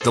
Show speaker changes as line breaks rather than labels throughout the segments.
The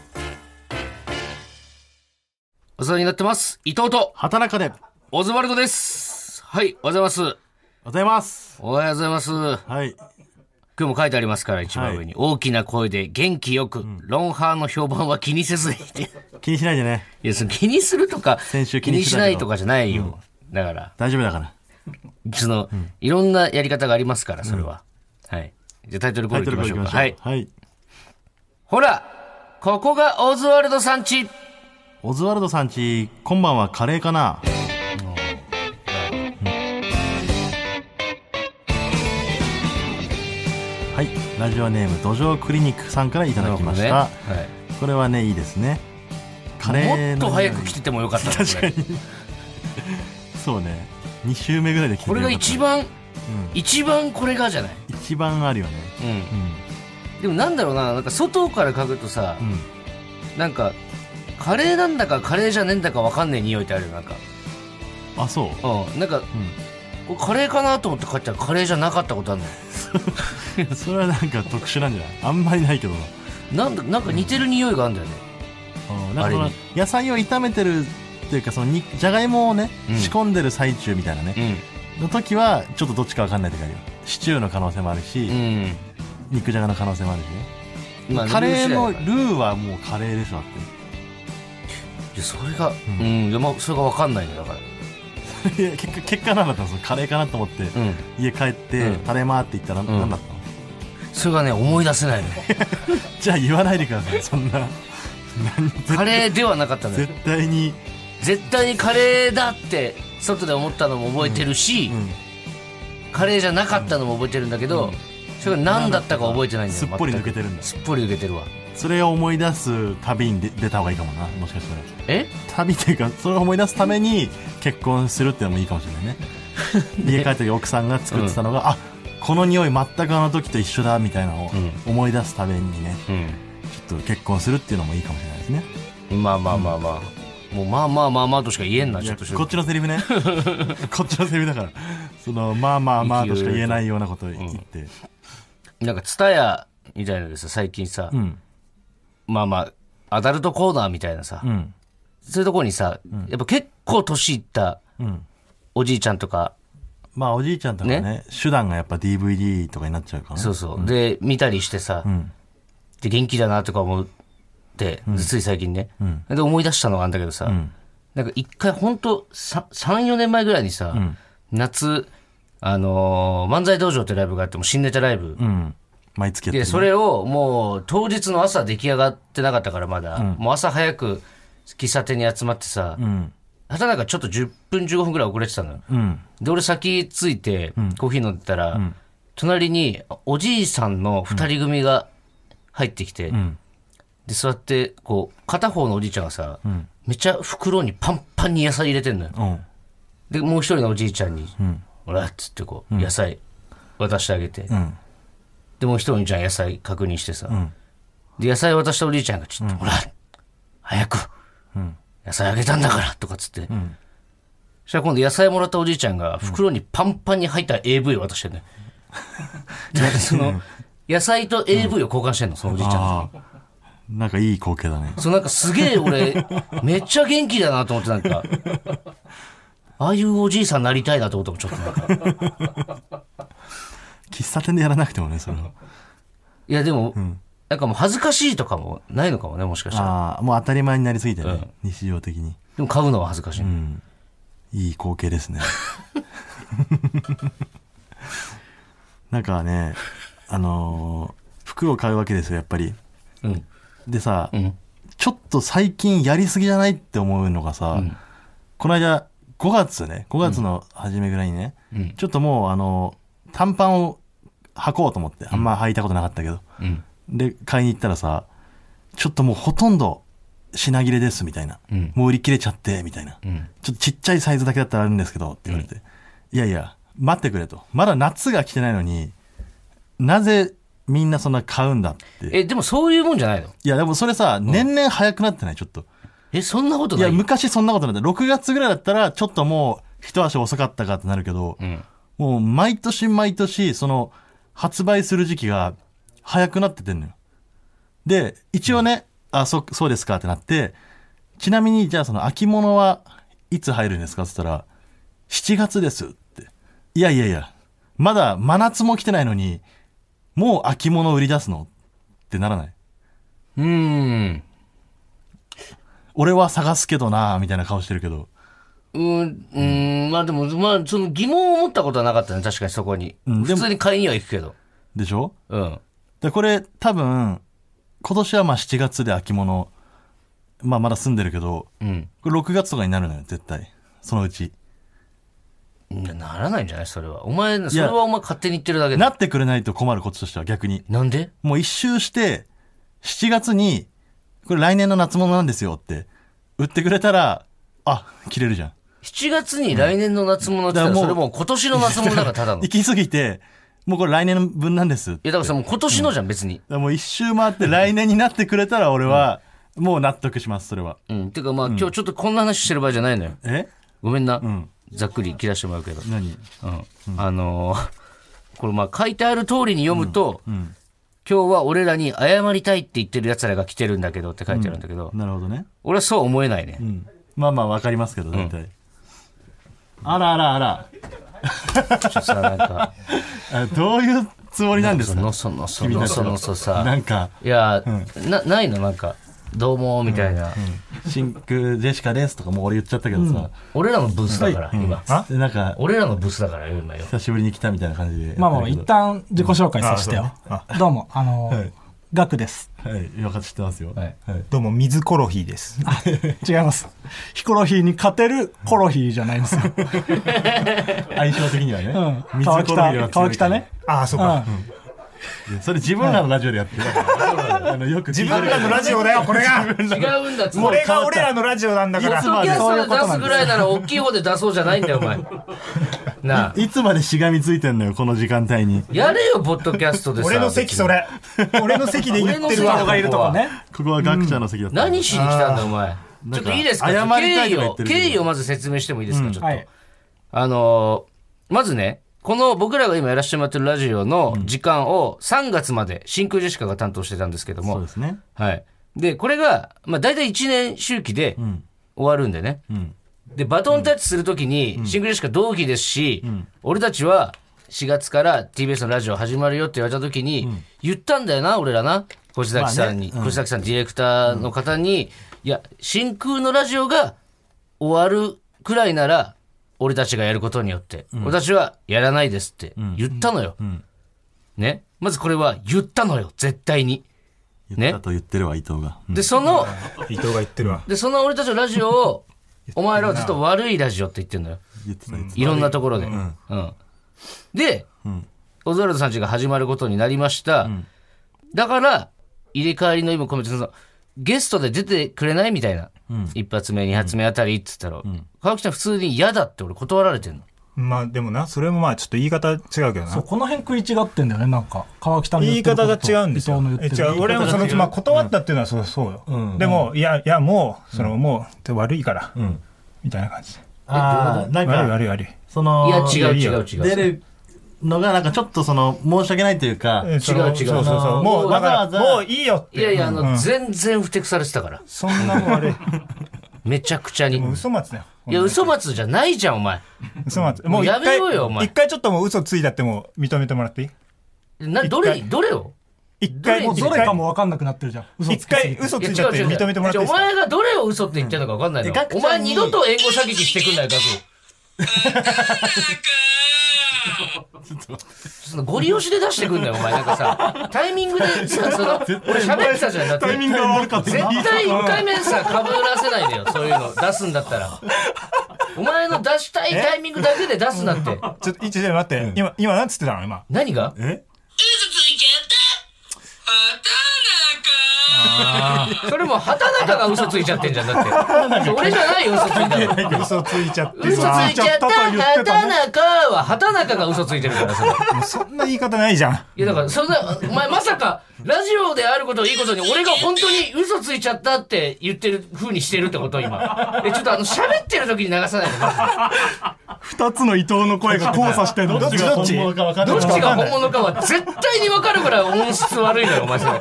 お世話になってます。伊藤と、
働かで。おはよ
オズワルドです。はい、おはようございます。
うございます。
おはようございます。今
はい。
日も書いてありますから、一番上に。大きな声で元気よく、ロンハーの評判は気にせずに。 い
気にしないでね。
や、その気にするとか、
先週
気
気
に
に
し
して
な
たけど
いとかじゃないよ。だから、
大丈夫だから。
その、いろんなやり方がありますから、それは。はい。じゃあタイトルコー
タ
ル
イ
いき
トルコ
ま
ー
し
ルい
ょ
き
うか。
ましょう。は
はい
い。。
ほら、ここがオズワルドさんち。
オズワルドさんち、今晩はカレーかなうんはい。ラジオネーム、土壌クリニックさんからいただきまし
なる
た
ほ。どねはい
これはね、いいですね。カレ
も
ーの匂い
っと早く来ててもよかったなこれ
そうね。2週目ぐらいで来て
こ
く
れ
よ
が
かった
一、番、一番これがじゃない、
うん一番あるよね。
う
うん。
ん、でもなんだろうななんか外から嗅ぐとさ、
うん。
なんかカレーなんだかカレーじゃねえんだかわかんねえ匂いってあるよなんか
あ、そう。
うんなんか
う
これカレーかなと思って帰ったらカレーじゃなかったことあるの
ん。それはなんか特殊なんじゃないあんまりないけど。
なんだなんか似てる匂いがあるんだよね
うんなんかそ
あれ
の
に
野菜を炒めてるっていうかそのにじゃがいもをね、
うん
仕込んでる最中みたいなね、の時はちょっとどっちかわかんない時あるよシチューの可能性もあるし、
うん
肉じゃがの可能性もあるしね、
うんまあ
カレーの
ルー
ル
次第だから
ーはもうカレーでしょだっ
いやそれがうん
ん、
いやまあそれがわかんないんだだから
ていや結果結果何だったのそのカレーかなと思って、
うん
家帰って、
うん
タレマーって言ったら何だったの、
それがね思い出せないの よ
じゃあ言わないでくださいそ んな何
カレーではなかったのよ
絶対に、
絶対にカレーだって外で思ったのも覚えてるし、
うん
カレーじゃなかったのも覚えてるんだけど、それが何だったか覚えてないんだよ
すっぽり抜けてるん
全く
だ
すっぽり抜けてるわ
それを思い出す旅に出出た方がいいかもなもしかしたら
え
旅というかそれを思い出すために結婚するっていうのもいいかもしれない ね家帰った時奥さんが作ってたのが、あこの匂い全くあの時と一緒だみたいなのを思い出すためにね、ちょっと結婚するっていうのもいいかもしれないですね
うんまあまあまあまあ、もうまあまあまあまあとしか言えんないちょ
や
っとし
こっちのセリフね こっちのセリフだからそのまあまあまあとしか言えないようなことを言って
なんか蔦屋みたいなのでさ最近さ、
うん
まあまあアダルトコーナーみたいなさ、
うん
そういうとこにさ、やっぱ結構年いった
うん
おじいちゃんとか
まあおじいちゃんとかね
ね
手段がやっぱ DVD とかになっちゃうからね
そうそう、で見たりしてさ、
ん
で元気だなとか思って、つい最近ね、で思い出したのがあるんだけどさ、なんか一回ほんと34年前ぐらいにさ、夏あのー漫才道場ってライブがあってもう新ネタライブ、
うん毎月やって
で
る
それをもう当日の朝出来上がってなかったからまだ、もう朝早く喫茶店に集まってさ、
うん
畑中ちょっと10分15分ぐらい遅れてたのよ、
うん
で俺先着いてコーヒー飲んでたら、隣におじいさんの2人組が入ってきて、で座ってこう片方のおじいちゃんがさ、めっちゃ袋にパンパンに野菜入れてんのよ
うん
でもう一人のおじいちゃんに「ほら」っつってこう野菜渡してあげて、
ん
でもう一人のおじいちゃん野菜確認してさ、で野菜渡したおじいちゃんがちょっと「ほら早く、野菜あげたんだから」とかっつって、そしたら今度野菜もらったおじいちゃんが袋にパンパンに入った AV を渡してんのよでその野菜と AV を交換してんのそのおじいちゃんが
ああなんかいい光景だね
そうなんかすげえ俺、めっちゃ元気だなと思ってなん か、ああいうおじいさんになりたいなと思ってもちょっとなんか。
喫茶店でやらなくてもねそれはい
やでも、なんかもう恥ずかしいとかもないのかもね、もしかしたら。
ああもう当たり前になりすぎてね、日常的に
でも買うのは恥ずかしい。
いい光景ですねなんかねあのー服を買うわけですよやっぱり
うん。
でさ、ちょっと最近やりすぎじゃないって思うのがさ、この間5月ね5月の初めぐらいにね、
うん
ちょっともうあの短パンを履こうと思ってあんま履いたことなかったけど、
うん。
で買いに行ったらさちょっともうほとんど品切れですみたいな、もう売り切れちゃってみたいな、ちょっとちっちゃいサイズだけだったらあるんですけどって言われて、いやいや待ってくれとまだ夏が来てないのになぜみんなそんな買うんだって
え、でもそういうもんじゃないの
いやでもそれさ年々早くなってないちょっと
え、そんなこと
い
な
や
い
昔そんなことなかった6月ぐらいだったらちょっともう一足遅かったかってなるけど、もう毎年毎年その発売する時期が早くなっててんのよで一応ね、あそそうですかってなってちなみにじゃあその秋物はいつ入るんですかって言ったら7月ですっていやいやいやまだ真夏も来てないのにもう秋物売り出すのってならないう
ーん。
俺は探すけどなみたいな顔してるけど
うん、うん、まあでも、まあ、その疑問を持ったことはなかったね、確かにそこに。
ん
普
でも
通に買いには行くけど。
でしょ
うん。
でこれ多分今年はまあ7月で秋物まあまだ住んでるけど
うん。
これ6月とかになるのよ絶対そのうち
なならないんじゃないそれは。お前、それはお前勝手に言ってるだけだ。
なってくれないと困るこっちとしては逆に
なんで
もう一周して7月にこれ来年の夏物なんですよって売ってくれたらあ切れるじゃん
?7 月に来年の夏物って言ったら、
うん
それ
だからも
もう今年の夏物だからただの。い
行き過ぎてもうこれ来年の分なんです
や、だからさ、もう今年のじゃん、別に。
もう一周回って来年になってくれたら俺はもう納得しますそれは
うん。てかまあ、今日ちょっとこんな話してる場合じゃないのよ。
え
ごめんな。ざっくり切らしてもらうけど。
何
うん。あのー これまあ書いてある通りに読むと、今日は俺らに謝りたいって言ってる奴らが来てるんだけどって書いてあるんだけど、
なるほどね
俺はそうは思えないね。
うんまあまあわかりますけど大体、あらあらあら
ちょっとさ、なんか、
あどういうつもりなんですか
のそのそのそのそ
な
さ。
んか
いや、な、ないのなんか、どうも、みたいな。
「真空ジェシカです」とかもう俺言っちゃったけどさ、
俺らのブースだから、今。
でなんか
俺らのブースだから、今よ。
久しぶりに来たみたいな感じで
まあまあまあ、
やってる
一旦自己紹介させてよ。どうも、あの
はい、
ガクです。
けどはい分かって知ってますよ、
はい
はい
どうも、水コロヒーです。
違います。ヒコロヒーに勝てるコロヒーじゃないんです よ。
相性的にはね、
うん
水コロヒー
川北、
は強い
川北ね。
ああ、そうか。
それ自分らのラジオでやってる、あのよく自
自分らのラジオだよ、これが。
違うんだ、つ
こ
まり。
れが俺らのラジオなんだ
ポ
か
ッ
ら。
ドキャス
そういう
ト
こ
で
と
出
な
す
んで
ぐ
す
らいなら大きい方で出そうじゃないんだよ、お前。なあ。
いつまでしがみついてんのよこの時間帯に
やれよ、ポッドキャストでさ。
俺の席それ。俺の席で言ってる
俺の席だ
わ。
がいるとこね。
ここはガクちゃんの席だった、
何しに来たんだ、お前。ちょっといいですか
なんか謝りた
経
い
緯
とか言
を、
ってるけど
経緯をまず説明してもいいですか、ちょっと。
はい。
あのーまずね、この僕らが今やらせてもらってるラジオの時間を3月まで真空ジェシカが担当してたんですけど
そう
も
で、すね
はい。で、これが、まあ大体1年周期で終わるんでね。
ん
で、バトンタッチするときに、シングルしか同期ですし、俺たちは4月から TBS のラジオ始まるよって言われたときに、言ったんだよな、俺らな。越崎さんに、越崎さんディレクターの方に、いや、真空のラジオが終わるくらいなら、俺たちがやることによって、俺たちはやらないですって言ったのよ。ね。まずこれは言ったのよ、絶対に。
言ったと言ってるわ伊藤が、うん
で、その、
伊藤が言ってるわ。
で、その俺たちのラジオ を、お前らはずっと悪いラジオって言ってんだよ。
言ってた言って
いろんなところで。うん。で、オズワルドさんちが始まることになりました。だから、入れ替わりの意味を込めて、その、ゲストで出てくれないみたいな。一発目、二発目あたりって言ったら、川北ちゃん普通に嫌だって俺断られてんの。
まあ、でもな、それもまあ、ちょっと言い方違うけど
そう、
な。
この辺食い違ってんだよね、なんか。川北の
言い
ってる
方が
ことと
違うんですよ
伊。藤の
え
言って
違
る
う、俺もその、まあ、断ったっていうのはそうそうよ。でも、いや、いや、もう、その、もう、悪いから。みたいな感じで。
ああなん
悪い
か
悪い悪い。
その
いや、違う違う違う。
出るのがなんかちょっとその申し訳ないというか、
えその
違う違う
そうそうそう。もう、
わ
だ
ざわ
から、
ざ
もういいよって。
いやいや、あ
う
の、
ん
全然不適されてたから。
そんなもん悪い。
めちゃくちゃに。
もう嘘松だよ。
いや、嘘松じゃないじゃん、お前。
嘘松。
も
も
う
う一
やめ
回
ようよお前、
一回ちょっともう嘘ついたってもう認めてもらっていい
な、どれ、
一回
どれを
一回、
もうどれかもわかんなくなってるじゃん。嘘
一
つきす
回
ぎて。
嘘つ
や
いちゃっ
違
て
う違う
認めてもらっていい
違う
です
お
か
前がどれを嘘って言ってるのか分かんないの、
うんえガクちゃん
お
に
前二度と援護射撃してくんないかそのゴリ押しで出してくんだよお前なんかさタイミングでさその俺喋ってたじゃんだって
タイミングが悪かった
絶対1回目さかぶらせないでよそういうの出すんだったらお前の出したいタイミングだけで出すなって
ちょっと、一応待って。今、今なんつってたの今。
何が
え
嘘ついちゃった。あたなか。
それも畑中が嘘ついちゃってんじゃん、だって。俺じゃないよ、嘘ついた の。
嘘ついちゃって
嘘ついちゃった、畑中は、畑中が嘘ついてるからさ。
そんな言い方ないじゃん。
いやだから、そんな、お前まさか、ラジオであることをいいことに、俺が本当に嘘ついちゃったって言ってる風にしてるってこと今。え、ちょっとあの、喋ってる時に流さないでマジ
二つの伊藤の声が交差してる。どっちが
どっち
本物か分かん
で。
な
ど
い
っちが本物かは絶対に分かるぐらい音質悪いのよ、お前それ。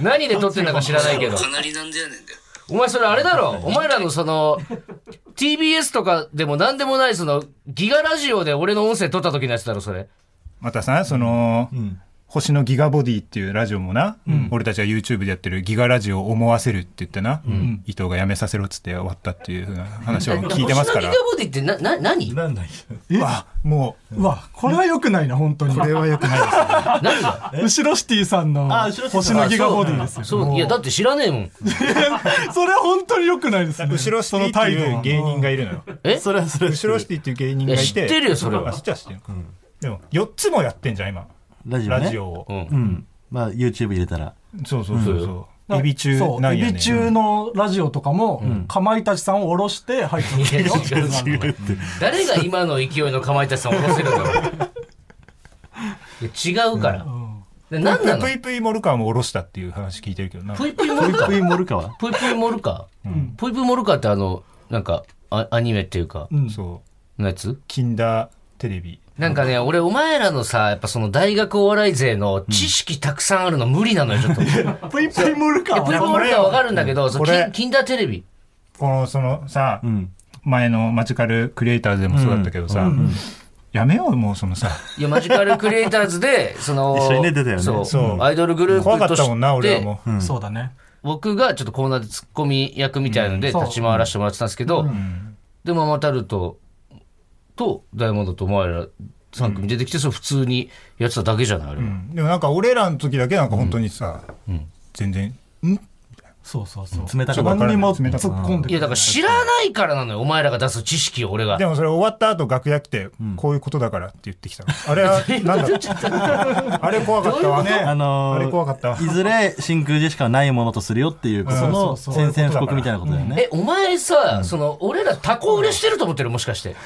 何で撮ってんだか知らないけど。
なりなんでやねんだよ。
お前それあれだろお前らのその、TBS とかでも何でもないその、ギガラジオで俺の音声撮った時のやつだろ、それ。
またさ、その、星のギガボディっていうラジオもな、俺たちが YouTube でやってるギガラジオを思わせるって言ってな、伊藤がやめさせろっつって終わったっていうふうな話を聞いてますか
星
ら
のギ。ガボディってな、な、何
なんだっ
うわ、もう、
うわ、これは良くないな、本当に。
これは良くないですね。
何が
後ろシティさんの
あ後ろシティ
星
さん
のギガボディですよ。
そう、いやだって知らねえもん。
それは本当に良くないですね。
後ろシティっていう芸人がいるのよ。
え
けそれはそれ
後ろシティっていう芸人がいて。
いや知ってるよそれは
あ知ってる知ってるでも、4つもやってんじゃん、今。
ラジオ
ラ
ね
ジオを。
うんまあ YouTube 入れたら
そうそうそうそう。エビ中
そう
なんやね
エ
ん
ビ中のラジオとかも、かまいたちさんを下ろして入ってます
いや
よ。
違う違う 誰が今の勢いの かまいたちさんを殺せるんだろういや違うから、で何なの
プイプイモルカーも下ろしたっていう話聞いてるけどな。
ぷいぷいモルカ
福井モルカは
ぷいぷいモルカぷいぷいモルカってあのなんかあアニメっていうか
そう。
のやつ
近代テレビ。
なんかね俺お前らのさやっぱその大学お笑い勢の知識たくさんあるの無理なのよちょっと、いや
プイプイモルカ
ぷいぷい
は
モルカはわかるんだけど、そう
これ
キンキンダーテレビ
この、そのさ、
ん
前のマジカルクリエイターズでもそうだったけどさ、やめよう、もうそのさ、
いやマジカルクリエイターズでその
一緒にね出たよね
そう
そう
アイドルグループとし
怖
て
かったもんな、俺はもう。
そうだね。
僕がちょっとコーナーでツッコミ役みたいので
うん
立ち回らせてもらってたんですけど、でママタルトとダイヤモンドとお前ら3組出てきてそれ普通にやってただけじゃないあれは
うんでもなんか俺らの時だけなんか本当にさ、全然、
そうそうそう。
冷たかった
ちょっと
何にも
冷たかった
突っ込んで
いやだから知らないからなのよお前らが出す知識を俺が
でもそれ終わった後楽屋来て、こういうことだからって言ってきたの。あれは、 なんだったあれ怖かったわ。ね
あの
あ
ー
れ怖かったわ
い。ずれ真空ジェシカはないものとするよっていうその
そ
宣戦布告みたいなことだよね
えお前さ、その俺らタコ売れしてると思ってるもしかして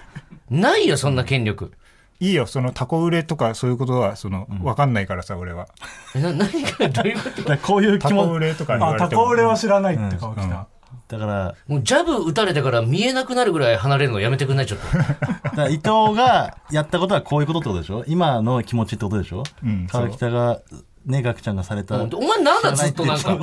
ないよそんな権力
いいよ、そのタコ売れとかそういうことは、その、わかんないからさ、俺は。
えな何がどういうこと
だからこういう
タ
気
コ
も
売れとか言わ
あ、
れ
タ
ても。
コ売れは知らないって顔来た。
だから
もうジャブ打たれてから見えなくなるぐらい離れるのやめてくんないちょっと
だから伊藤がやったことはこういうことってことでしょ今の気持ちってことでしょ
ん
川北がねガクちゃんがされた
お前なんだずっとなんか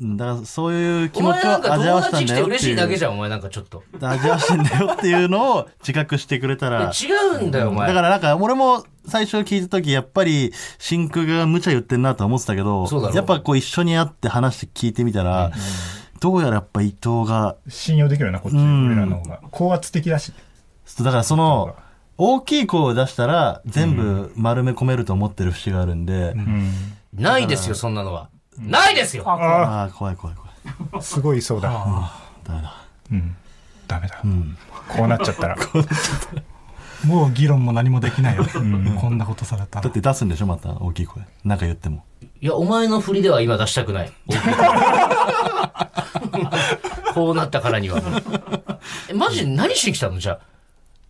うんだからそういう
お
気持
前
ち
なん
を
か
味わわ
友
せた
達
ん
来
だ
て
よって
嬉しいだ
い
け
う
じゃん、お前なんかちょっと。
味わわせんだよっていうのを自覚してくれたら
違うんだよ、お前。
だからなんか、俺も最初聞いた時、やっぱり、真空が無茶言ってんなとは思ってたけど
そうだろ、う
やっぱこう一緒に会って話して聞いてみたら、どうやらやっぱ伊藤が、
信用できるな、こっち。
ん
俺らの方が。高圧的だし。
だからそ
伊
の
藤が、
大きい声を出したら、全部丸め込めると思ってる節があるんで、
ないですよ、そんなのは。ないですよ
ああ、怖い怖い怖い。
すごいそうだ。うんダメだ。こうなっちゃったら。
もう議論も何もできないよ。こんなことされた
だっ
ら。
て出すんでしょまた、大きい声。なんか言っても。
いや、お前の振りでは今出したく ない。こうなったからには。え、マジで何しに来たのじゃ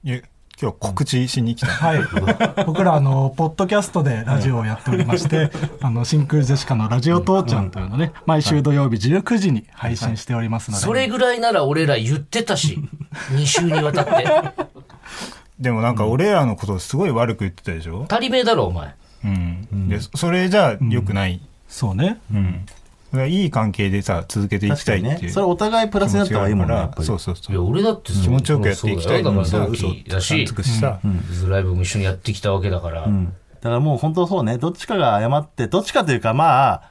いや今日告知しに来た。
はい。僕ら、あの、ポッドキャストでラジオをやっておりまして、あの、真空ジェシカのラジオ父ちゃんというのね、毎週土曜日19時に配信しております
あ。
ので。
それぐらいなら俺ら言ってたし。2週にわたって。
でもなんか俺らのことをすごい悪く言ってたでしょ
足りめえだろ、お前。
うん。で、それじゃ良くない。
そうね。
うん。だからいい関係でさ、続けていき
確
た
か
い
に
って
ね
い。う。
それお互いプラスになった方がいいもんね、やっぱり。
そうそう
い
そ
や、
う。
俺だって
気持ちよくやっていきたい
そうだよだから、
そう
同
嘘
期だ
ちゃん
し
と、くしさ。
ズライブも一緒にやってきたわけだから。
だからもう本当そうね、どっちかが謝って、どっちかというかまあ、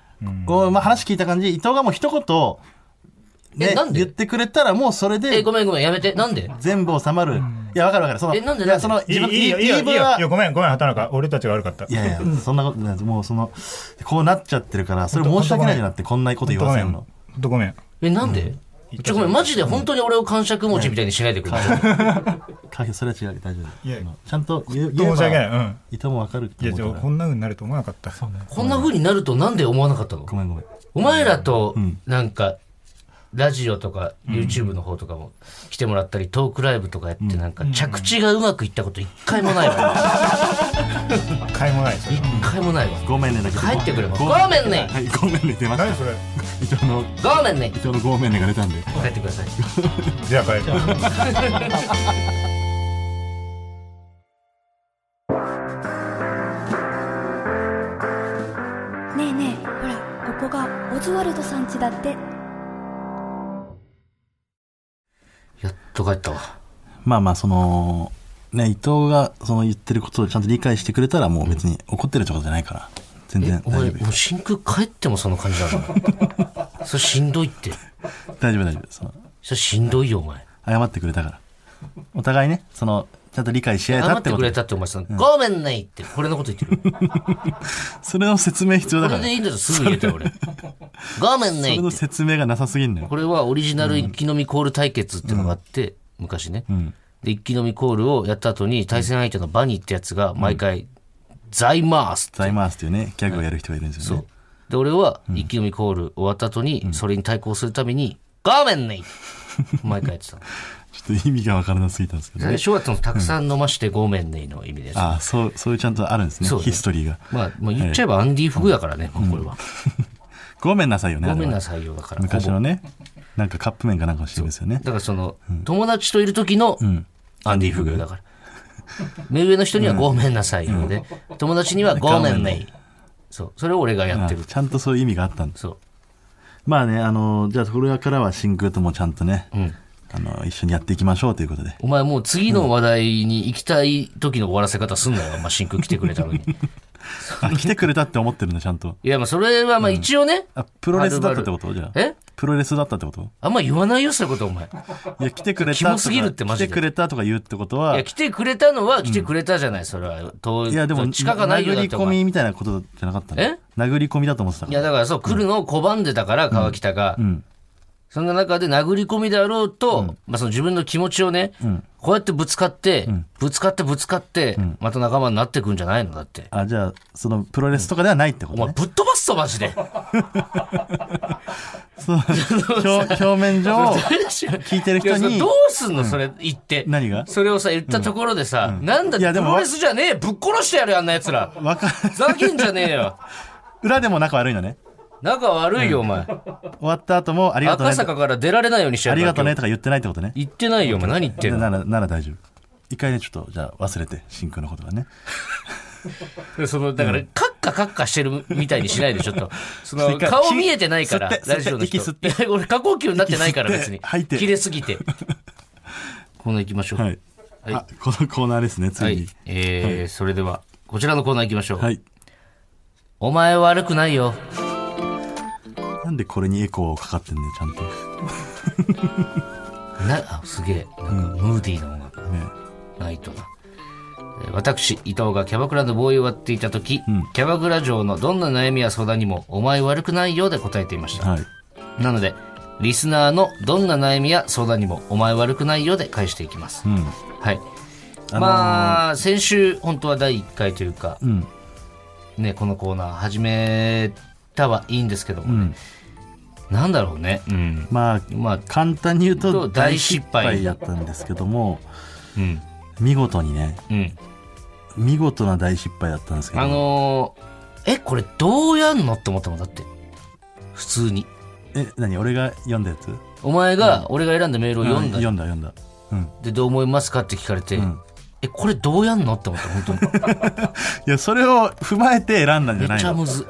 こうまあ話聞いた感じ、伊藤がもう一言、
え
ね
なん、で
言ってくれたらもうそれ
え、
で
ごめんごめん、やめて。なんで
全部収まる。いや、わかるわかる。その、
えなんで
いや
なんで
その、
いい
自分
いいよ、いいよ、い
言
い
分は
よいや。ごめん、ごめん、畑中。俺たちが悪かった。
いやいや、そんなことない。もうその、こうなっちゃってるから、それ申し訳ないじゃなくて、こんなこと言わせるの。
ほんとごめん。
え、なんで、ちょ、ごめん、マジで本当に俺を感触持ちみたいにしないでくれ。
かけそれは違う大丈夫
いや
まあちゃんと言え
申し訳ない。うん。
いともわかると
いや、
思うか
じゃ
ら
あこんな風になると思わなかった。
こんな風になるとなんで思わなかったの
ごめんごめん
お前らと、なんか、ラジオとか YouTube の方とかも来てもらったり、トークライブとかやって、なんか着地がうまくいったこと一回もないわ。
買いもないですよ。
一回もないわ。
ごめんねだけど
帰ってくれご
ご
めんね
はいごめんね出まし
何
た
それ
伊藤の
ごめんね
伊。藤のごめんねが出たんで
帰ってください。
じゃあ帰る。
ねえねえほらここがオズワルドさん家だって
やっと帰ったわ。
まあまあそのね伊藤がその言ってることをちゃんと理解してくれたらもう別に怒ってるとかじゃないから全然
お
大
前、
丈
もう真空帰ってもその感じな のそれしんどいって。
夫大丈夫大丈夫その
それしんどいよ、お前。
謝ってくれたからお互いねそのちゃんと理解し合え
謝
た
っ
って
て
こ
く
と
れたってお前さ、ごめんねって、これのこと言ってる。
それの説明必要だ
こ
か
れ
ら
でいいんだとすぐ言えたよ、俺。ごめん
そ
ね
れ
っ
の
て。
説明がなさすぎんのよ
これはオリジナル一気飲みコール対決っていうのがあって、昔ね。で、一気飲みコールをやった後に、対戦相手のバニーってやつが、毎回、ザイマースって
ザイマースっていうねギャグをやる人がいるんですよね
で、俺は、一気飲みコール終わった後に、それに対抗するために、ごめんね毎回やってたの。
ちょっと意味がわからなすぎたんですけど
最
ね
初はそのたくさん飲ましてごめんねの意味です。
ああそうそういうちゃんとあるんですね
そうだね
ヒストリーが
まあ、もう言っちゃえばアンディ・フグだからね、もうこれは。
ごめんなさいよね
ごめんな
さ
さいよだから。
昔
ほぼ
のねなんかカップ麺かなんかをしてるんですよね
だからその、友達といる時の、アンディ・フグだから。目上の人にはごめんなさいよで、友達にはごめんね。そう。それを俺がやってる
ああ。ちゃんとそういう意味があったんです
そう。
まあねあのじゃあこれからは真空ともちゃんとね、あの一緒にやっていきましょうというこ とで
お前もう次の話題に行きたい時の終わらせ方すんなよ。まあ、真空来てくれた のに。
あ来てくれたって思ってるのちゃんと
いや、まあ、それはまあ一応ね。
あプロレスだったってことじゃあ
え
プロレスだったってこと
あんま言わないよ、そういうこと、お前。
いや来てくれた
キ
とか
モすぎるってマジで
来てくれたとか言うってこと
い
は
や、来てくれたのは来てくれたじゃない、それは。遠い。
いやでも
近かないよだっ
殴り
て
込
お前。
みみたいなことじゃなかったの
え
殴り込みだと思ってたか
い
ら
や、だからそう、来るのを拒んでたから、川北が。そんな中で殴り込みであろうと、まあその自分の気持ちをね、こうやってぶつかって、ぶつかってぶつかって、また仲間になってくんじゃないのだって。
あじゃあそのプロレスとかではないってこ
お
と
前
ね
ぶっ飛ばすぞ、マ ジで。
そう表表 面上聞いてる人
いやそれ
に
どうすんの、それ言って。
何が
それをさ、言ったところでさ、なんだ、
いや
プ
でも
ロレスじゃねえぶっ殺してやるよ、あんな奴ら。
わか
ふざけんじゃねえよ。
裏でも仲悪いのね
仲悪いよ、お前。
終わった後もありがとう
赤
ね
坂から出られないようにしてや
あ
る
り
から
がとうねとか言ってないってことね
言ってないよ、お前。何言ってんの
ならなら大丈夫一回ねちょっとじゃあ忘れて真空のことはね
でその、だから、カッカカッカしてるみたいにしないで、ちょっ と。その、
一回
顔見えてないから
吸っ、て
ラジオの人。
吸って
いや俺、過呼吸になってないから、
息吸っ
別
て
に。
吐いて
切れすぎて。コーナー行きましょう。
は
はいい。、
あこのコーナーですねついに
えーそれでは、こちらのコーナー行きましょう。
はい、
お前悪くないよ。
なんでこれにエコーかかってんだよちゃんと
な、あ、すげえ。なんか、ムーディーな音楽。
ね
ないとな。えー私、伊藤がキャバクラのボーイを割っていた時、キャバクラ嬢のどんな悩みや相談にも、お前悪くないよで答えていました。
はい
なので、リスナーのどんな悩みや相談にも、お前悪くないよで返していきます。はい。まあ、先週、本当は第1回というか、ね、このコーナー始めたはいいんですけどもね、なんだろうね。
まあ
まあ、
簡単に言うと
大失敗
大だったんですけども
うん。
見事にね
うん。
見事な大失敗だったんですけど
あのーえ、これどうやんのって思ったもんだって。普通に。
え何俺が読んだやつ
お前が、俺が選んだメールを読ん
う
だ
読んだ読んだうん
で、どう思いますかって聞かれて、
ん
え、これどうやんのって思った、本
いやそれを踏まえて選んだん
当
じ
に。
ゃ
めっ
ない
ちゃ
の
むずい。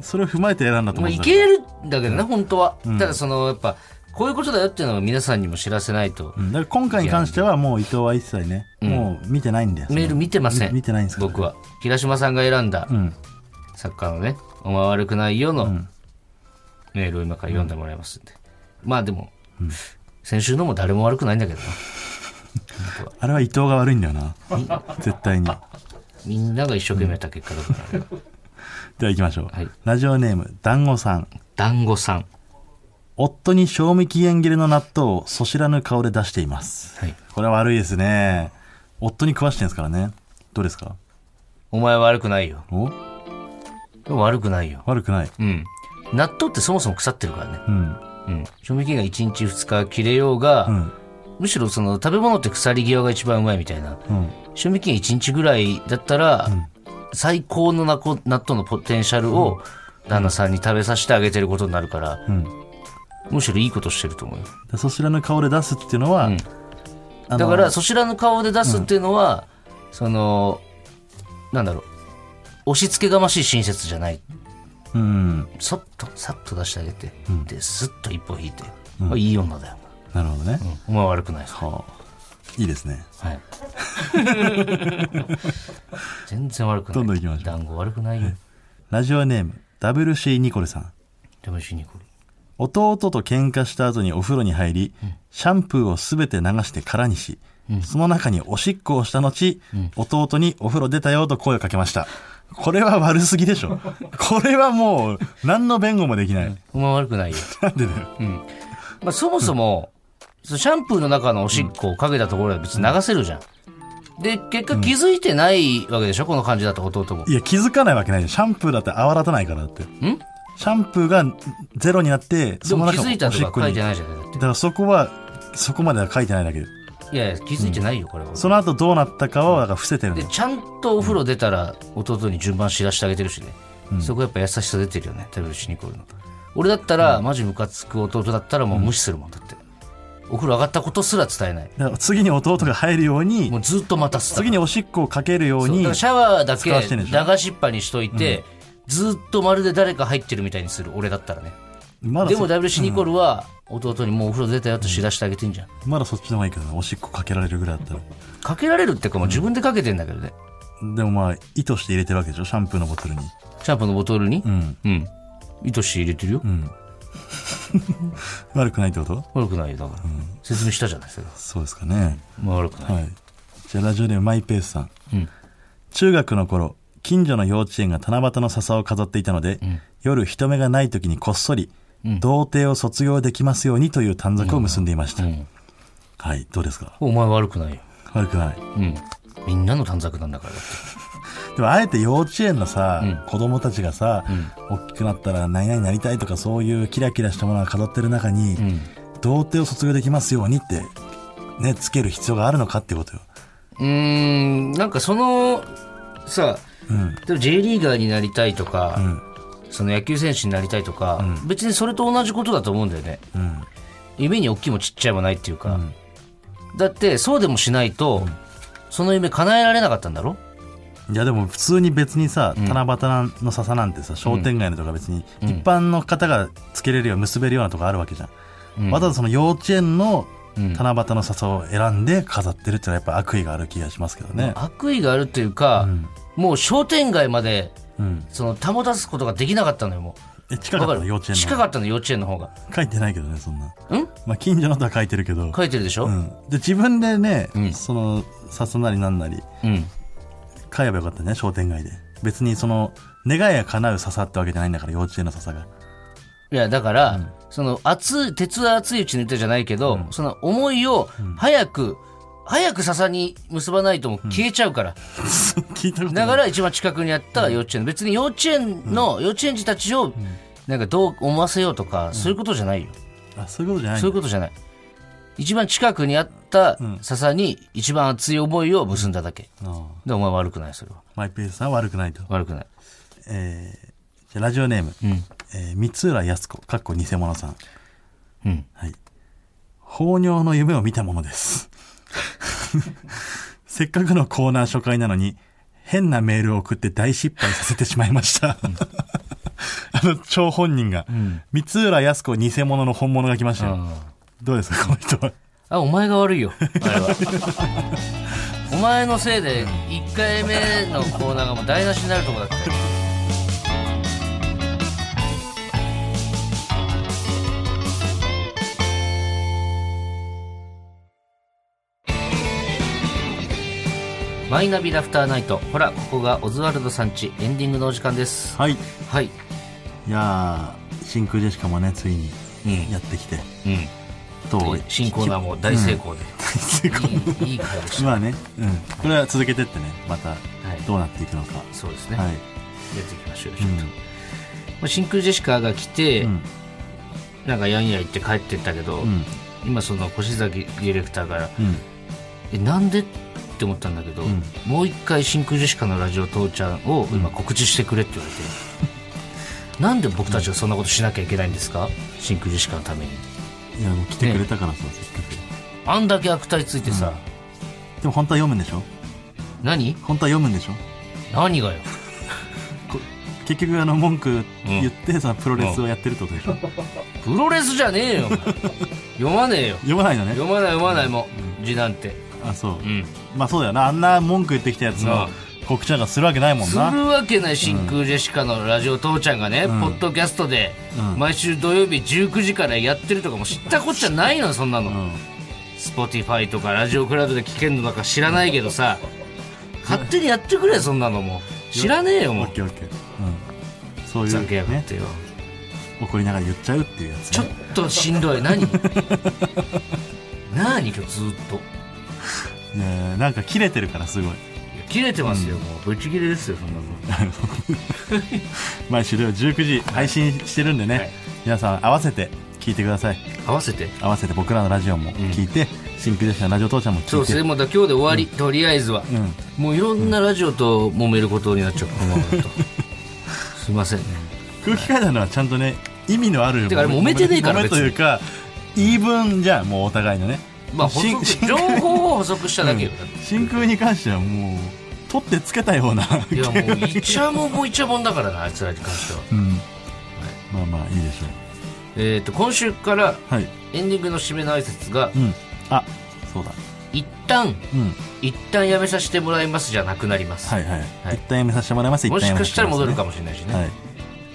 それを踏まえて選んだと
まあ、
思うん
い
だ
けるんだけどね、本当は。ただ、その、やっぱ、こういうことだよっていうのを皆さんにも知らせないと。
うんだから今回に関してはもう伊藤は一切ね、もう見てないんだよ
メール見てません。
み見てないんですか
僕は。平島さんが選んだ、
ん
作家のね、お前悪くないよの、メールを今から読んでもらいますんで。まあでも、先週のも誰も悪くないんだけどな。
あれは伊藤が悪いんだよな絶対にでは
みんなが一生懸命やった結果だから、 あれは
行きましょう、
はい
ラジオネーム団子さん
団子さん。
夫に賞味期限切れの納豆をそしらぬ顔で出しています。
はい
これは悪いですね。夫に食わしてんですからね。どうですか
お前は悪くないよ。
お
悪くないよ。
悪くない。
うん。納豆ってそもそも腐ってるからね。
うん。
うん。賞味期限が1日2日切れようが、
うん。
むしろその食べ物って腐り際が一番うまいみたいな。
うん。
賞味期限1日ぐらいだったら、最高のなこ納豆のポテンシャルを旦那さんに食べさせてあげてることになるから、
ん
むしろいいことしてると思うよ。
でそしらぬ顔で出すっていうのは、
うん
あの
だから、そちらの顔で出すっていうのは、その、なんだろう、押し付けがましい親切じゃない。
うん。
そっと、さっと出してあげて、で、すっと一歩引いて、あいい女だよ。
なるほどね。
お前は悪くないぞ。
はあいいですね。
はい。 全然悪くない。
どんどん行きましょう
団子悪くないよ。
ラジオネーム、WC ニコルさん。
でも一緒にこれ。
弟と喧嘩した後にお風呂に入り、シャンプーをすべて流して空にし、その中におしっこをした後、弟にお風呂出たよと声をかけました。これは悪すぎでしょ。これはもう、何の弁護もできない。
お前悪くないよ。
なんでだよ。
まあ、そもそも、そのシャンプーの中のおしっこをかけたところは別に流せるじゃん。で、結果気づいてないわけでしょ、この感じだと弟も
い。や、気づかないわけないじゃん。シャンプーだって泡立たないからだって。シャンプーがゼロになって、
で
その
も気
中
づいた
お
と
しっ
か
こ
書い
に。
て
だ
ないじゃん。だって
からそこは、そこまでは書いてないだけで。
いやいや、気づいてないよ、これは。
その後どうなったかは、だから伏せてるんだ
で、
よ
ちゃんとお風呂出たら、弟に順番知らしてあげてるしね。そこやっぱ優しさ出てるよね、食べるしにこるの。俺だったら、マジムカつく弟だったらもう無視するもんだって。お風呂上がったことすら伝えない。
だから次に弟が入るように
もう、ずっと待たす。
次におしっこをかけるよう
そうだ
に
から、シャワーだけ
使わせてんでしょ
流しっぱにしといて、ずーっとまるで誰か入ってるみたいにする俺だったらね
まだ
でも
そ
WC ニコルは弟にもうお風呂出たよと知らせてあげてんじゃん
まだそっちの方がいいけどなおしっこかけられるぐらいだったら。
かけられるってかもう自分でかけてんだけどね
でもまあ、意図して入れてるわけでしょシャンプーのボトルに。
シャンプーのボトルに
うん。
うん糸して入れてるよ、
悪くないってこと
悪くないよだから、説明したじゃないですか
そうですかね。
まあ悪くない、
はい。じゃあラジオネームマイペースさん。中学の頃、近所の幼稚園が七夕の笹を飾っていたので、夜人目がない時にこっそり、童貞を卒業できますようにという短冊を結んでいました。
ん
はい、どうですか
お前悪くないよ
悪くない。
うんみんなの短冊なんだからだって
でもあえて幼稚園のさ、子供たちがさ、大きくなったら何々になりたいとかそういうキラキラしたものが飾ってる中に、童貞を卒業できますようにって、ね、つける必要があるのかってことよ。
うーんなんかそのさ、でも J リーガーになりたいとか、その野球選手になりたいとか、別にそれと同じことだと思うんだよね、夢に大きいもちっちゃいもないっていうか、だってそうでもしないと、その夢叶えられなかったんだろ
いやでも普通に別にさ、七夕の笹なんてさ、商店街のとか別に一般の方がつけれるよう結べるようなとこあるわけじゃん。わざわざその幼稚園の七夕の笹を選んで飾ってるってのはやっぱ悪意がある気がしますけどね。
悪意があるっていうか、もう商店街まで
うん。
その保たすことができなかったのよも
え、近
う
か
わか
ったの
る
幼稚園の。
近かったの幼稚園の方が
書いてないけどね、そんな。
ん
まあ、近所のとは書いてるけど。
書いてるでしょ、
うん。で、自分でね、
ん
その、笹なりなんなり、
うん、
買えばよかったね、商店街で。別にその、願いが叶う笹ってわけじゃないんだから、幼稚園の笹 が。
いや、だから、その、熱い、鉄は熱いうちに歌じゃないけど、その思いを、早く、早く笹に結ばないともう消えちゃうから。
聞いたことな
だ
い。
から一番近くにあった幼稚園、別に幼稚園の、幼稚園児たちを、なんかどう思わせようとか、そういうことじゃないよ。
あ、そういうことじゃないんだ
そういうことじゃない。一番近くにあった笹に、一番熱い思いを結んだだけ。
ああ
で、お前悪くない、それは。
マイペースさんは悪くないと。
悪くない。
えーじゃあラジオネーム、えー三浦靖子、かっこ偽物さん。
うん
はい。放尿の夢を見たものです。 せっかくのコーナー初回なのに、変なメールを送って大失敗させてしまいました。 あの、張本人が、三浦靖子偽物の本物が来ましたよ。どうですか、この人は。
あ、お前が悪いよ。あれは。 お前のせいで、1回目のコーナーがもう台無しになるとこだったよ。マイナビラフターナイト。ほら、ここがオズワルドさんち、エンディングのお時間です。
はい。い
はい。
やー、真空ジェシカもね、ついにやってきて、
うん。
と
新コーナーも大成功で。
成功
いいいい回でした。
まあね、うん、これは続けてってねまた
い
どうなっていくのか、は
そうですね。
い
やっていきましょうよちょっと。まあ、真空ジェシカが来て、
ん
なんかやんや言って帰ってったけど、
うん
今その越崎ディレクターから
うん
「えなんで?」って思ったんだけど、もう一回真空ジェシカのラジオ父ちゃんを今告知してくれって言われて、 なんで僕たちがそんなことしなきゃいけないんですか真空ジェシカのために
いやもう来てくれたからさ、せっかく
あんだけ悪態ついてさ、
でも本当は読むんでしょ
何
本当は読むんでしょ
何がよ
結局あの文句言って、そのプロレスをやってるってことでしょ、
プロレスじゃねえ よお前読まねえよ
読まないのね
読まない読まないもん字なんて
あそう、
うん
まあそうだよなあんな文句言ってきたやつの告知なんかするわけないもん
する
な
わけない真空ジェシカのラジオ父ちゃんがね、ポッドキャストで
うん
毎週土曜日19時からやってるとかも知ったこっちゃないのそんなの、
ん
Spotify とかラジオクラウドで聞けんのだか知らないけどさ勝手にやってくれそんなのもう知らねえよ
オ
もう
ッケーオッケー、うん、そう
ふざけ
い
や
う
がっ
ね
てよ、
怒りながら言っちゃうっていうやつ、ね、
ちょっとしんどい 何何今日ずっと
いやなんか切れてるからす
い
ごい
や切れてますよ、もうブチ切れですよそんなの
毎週土曜19時配信してるんでね、
はい
皆さん合わせて聞いてください
合わせて
合わせて僕らのラジオも聞いて、真空ジェシカのラジオ父ちゃんも
そう
聞
で
い
す
て
ねもうだ今日で終わり、とりあえずは、もういろんなラジオと揉めることになっちゃうこのままだ とすいませんね
空気階段のはちゃんとね意味のある
てかあれ揉めてねえから
揉め
別
と
に
いうか言い分じゃんもうお互いのね
まあ補
しん
足
しん
情報を補足しただけよ、
真空に関してはもう取ってつけたような
いやもうイチャモンもイチャモンだからなあいつらに関しては、
まあまあいいでしょ
えっ、と今週から
うはい
エンディングの締めの挨拶が、
うんあそうだ
一旦
うん
一旦やめさせてもらいますじゃなくなります、
はいはい、
はい
一旦やめさせてもらいます一
も
旦
し
やめ
か
さ
し
せて
たら
も
戻
ら
る
い
か
ま
もしれないし
す
ね、
ねはい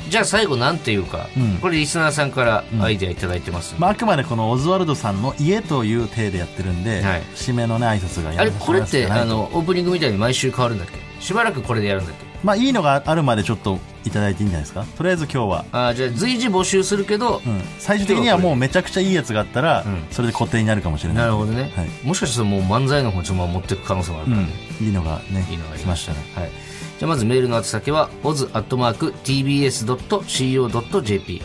じゃあ最後なんていうか、
うん
これリスナーさんからアイデアいただいてます、
まあ、あくまでこのオズワルドさんの家という体でやってるんで、
はい
締めのね挨拶がや
あれ
めさせ
これって
もらい
あ
ます
のオープニングみたいに毎週変わるんだっけしばらくこれでやるんだっけ
まあいいのがあるまでちょっといただいていいんじゃないですかとりあえず今日は、
あーじゃあ随時募集するけど、
うん、最終的にはもうめちゃくちゃいいやつがあったら、
ん
それで固定になるかもしれない
なるほどね、
はい
もしかしたらもう漫才の方にそのまま持っていく可能性もあるか
うん
らね、、
いいのがね
いいのがあり
来
ま
ま
し
したた
ね
ね、
はい、じゃあまずメールの宛先は oz.tbs.co.jp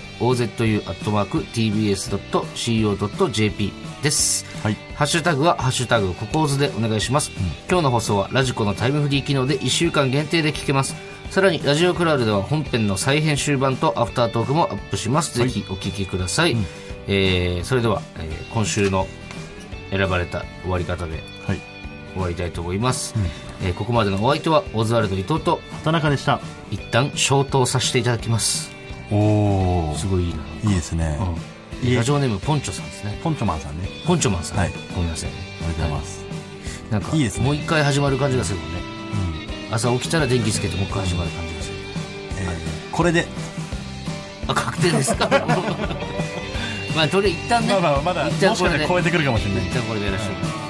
ozu.tbs.co.jp です
はい、
ハッシュタグは、ハッシュタグ、ココーズでお願いします。今日の放送は、ラジコのタイムフリー機能で1週間限定で聞けます。さらに、ラジオクラウドでは本編の再編集版とアフタートークもアップします。ぜひお聞きください。えーそれでは、えー今週の選ばれた終わり方で
はい、
終わりたいと思います。えーここまでのお相手は、オズワルド伊藤と、
田中でした
一旦消灯させていただきます。
おお
すごいいいな。
いいですね、いえ
ラジオネーム、ポンチョさんですね。
ポンチョマンさんね
ポンチョマンさん。
はい
ごめんなさいね。
ありがとうございます、
なんか
いいですね
もう一回始まる感じがするもんね、朝起きたら電気つけてもう一回始まる感じがする
これで
あ確定ですかまあとりあえず一旦ね、
まあまあまだ
一旦
もし
こ
か
れで
したら超えてくるかもしれない
一旦これでやらせてもらいます